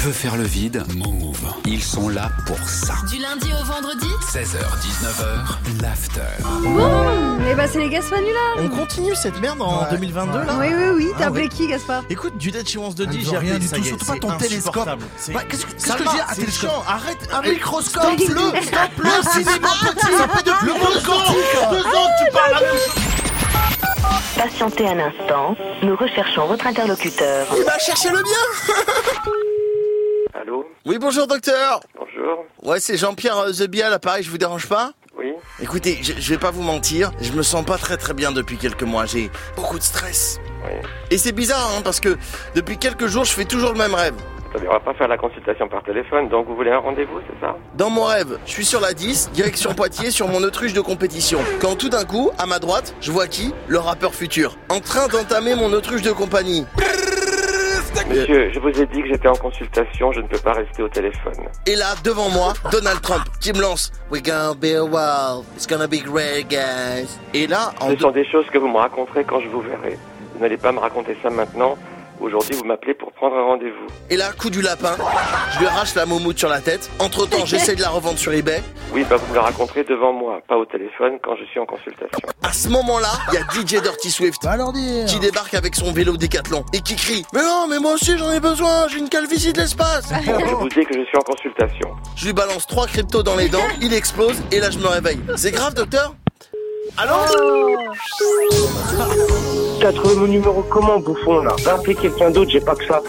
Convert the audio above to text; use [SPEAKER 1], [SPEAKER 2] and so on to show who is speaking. [SPEAKER 1] veux faire le vide Move. Ils sont là pour ça.
[SPEAKER 2] Du lundi au vendredi
[SPEAKER 1] 16h-19h, l'after.
[SPEAKER 3] Bon, et bah c'est les Gaspanulars
[SPEAKER 4] On continue cette merde en
[SPEAKER 5] Ouais.
[SPEAKER 4] 2022 là
[SPEAKER 3] Oui, oui, oui,
[SPEAKER 4] Ah,
[SPEAKER 3] t'as appelé
[SPEAKER 4] ouais.
[SPEAKER 3] qui, Gaspard
[SPEAKER 4] Écoute, du Dead She Wants de
[SPEAKER 5] Ah,
[SPEAKER 4] D,
[SPEAKER 5] je
[SPEAKER 4] j'ai
[SPEAKER 5] vois
[SPEAKER 4] appelé
[SPEAKER 5] rien du
[SPEAKER 4] ça,
[SPEAKER 5] tout,
[SPEAKER 4] gars,
[SPEAKER 5] surtout pas
[SPEAKER 4] c'est
[SPEAKER 5] ton télescope.
[SPEAKER 4] insupportable. C'est-
[SPEAKER 5] Bah, qu'est-ce que- qu'est-ce que
[SPEAKER 4] Salma,
[SPEAKER 5] j'ai à
[SPEAKER 4] c'est
[SPEAKER 5] télescope
[SPEAKER 4] chiant. Arrête
[SPEAKER 5] Un
[SPEAKER 4] avec
[SPEAKER 5] microscope,
[SPEAKER 3] Stop.
[SPEAKER 5] le, stop, le cinéma petit, ça fait depuis deux ans, deux ans que tu parles à nous.
[SPEAKER 6] Patientez un instant, nous recherchons votre interlocuteur.
[SPEAKER 4] Il va chercher le bien
[SPEAKER 7] Allô
[SPEAKER 4] Oui, bonjour docteur
[SPEAKER 7] Bonjour
[SPEAKER 4] Ouais, c'est Jean-Pierre euh, The Bial, à Paris, je vous dérange pas
[SPEAKER 7] Oui
[SPEAKER 4] Écoutez, je, je vais pas vous mentir, je me sens pas très très bien depuis quelques mois, j'ai beaucoup de stress.
[SPEAKER 7] Oui.
[SPEAKER 4] Et c'est bizarre, hein, parce que depuis quelques jours, je fais toujours le même rêve.
[SPEAKER 7] Attendez, on va pas faire la consultation par téléphone, donc vous voulez un rendez-vous, c'est ça
[SPEAKER 4] Dans mon rêve, je suis sur la 10, direction Poitiers, sur mon autruche de compétition. Quand tout d'un coup, à ma droite, je vois qui Le rappeur futur. En train d'entamer mon autruche de compagnie.
[SPEAKER 7] Monsieur, je vous ai dit que j'étais en consultation, je ne peux pas rester au téléphone.
[SPEAKER 4] Et là, devant moi, Donald Trump qui me lance We're gonna be a wall, it's gonna be great, guys. Et là, en
[SPEAKER 7] Ce
[SPEAKER 4] deux...
[SPEAKER 7] sont des choses que vous me raconterez quand je vous verrai. Vous n'allez pas me raconter ça maintenant. Aujourd'hui, vous m'appelez pour prendre un rendez-vous.
[SPEAKER 4] Et là, coup du lapin, je lui arrache la moumoute sur la tête. Entre temps, j'essaie de la revendre sur eBay.
[SPEAKER 7] Oui, bah vous me le raconterez devant moi, pas au téléphone quand je suis en consultation.
[SPEAKER 4] À ce moment-là, il y a DJ Dirty Swift
[SPEAKER 5] Va leur dire.
[SPEAKER 4] qui débarque avec son vélo décathlon et qui crie Mais non, mais moi aussi j'en ai besoin, j'ai une calvitie de l'espace
[SPEAKER 7] Je vous dis que je suis en consultation.
[SPEAKER 4] Je lui balance trois cryptos dans les dents, il explose et là je me réveille. C'est grave docteur Allô
[SPEAKER 8] T'as trouvé mon numéro comment, bouffon, là Va appeler quelqu'un d'autre, j'ai pas que ça.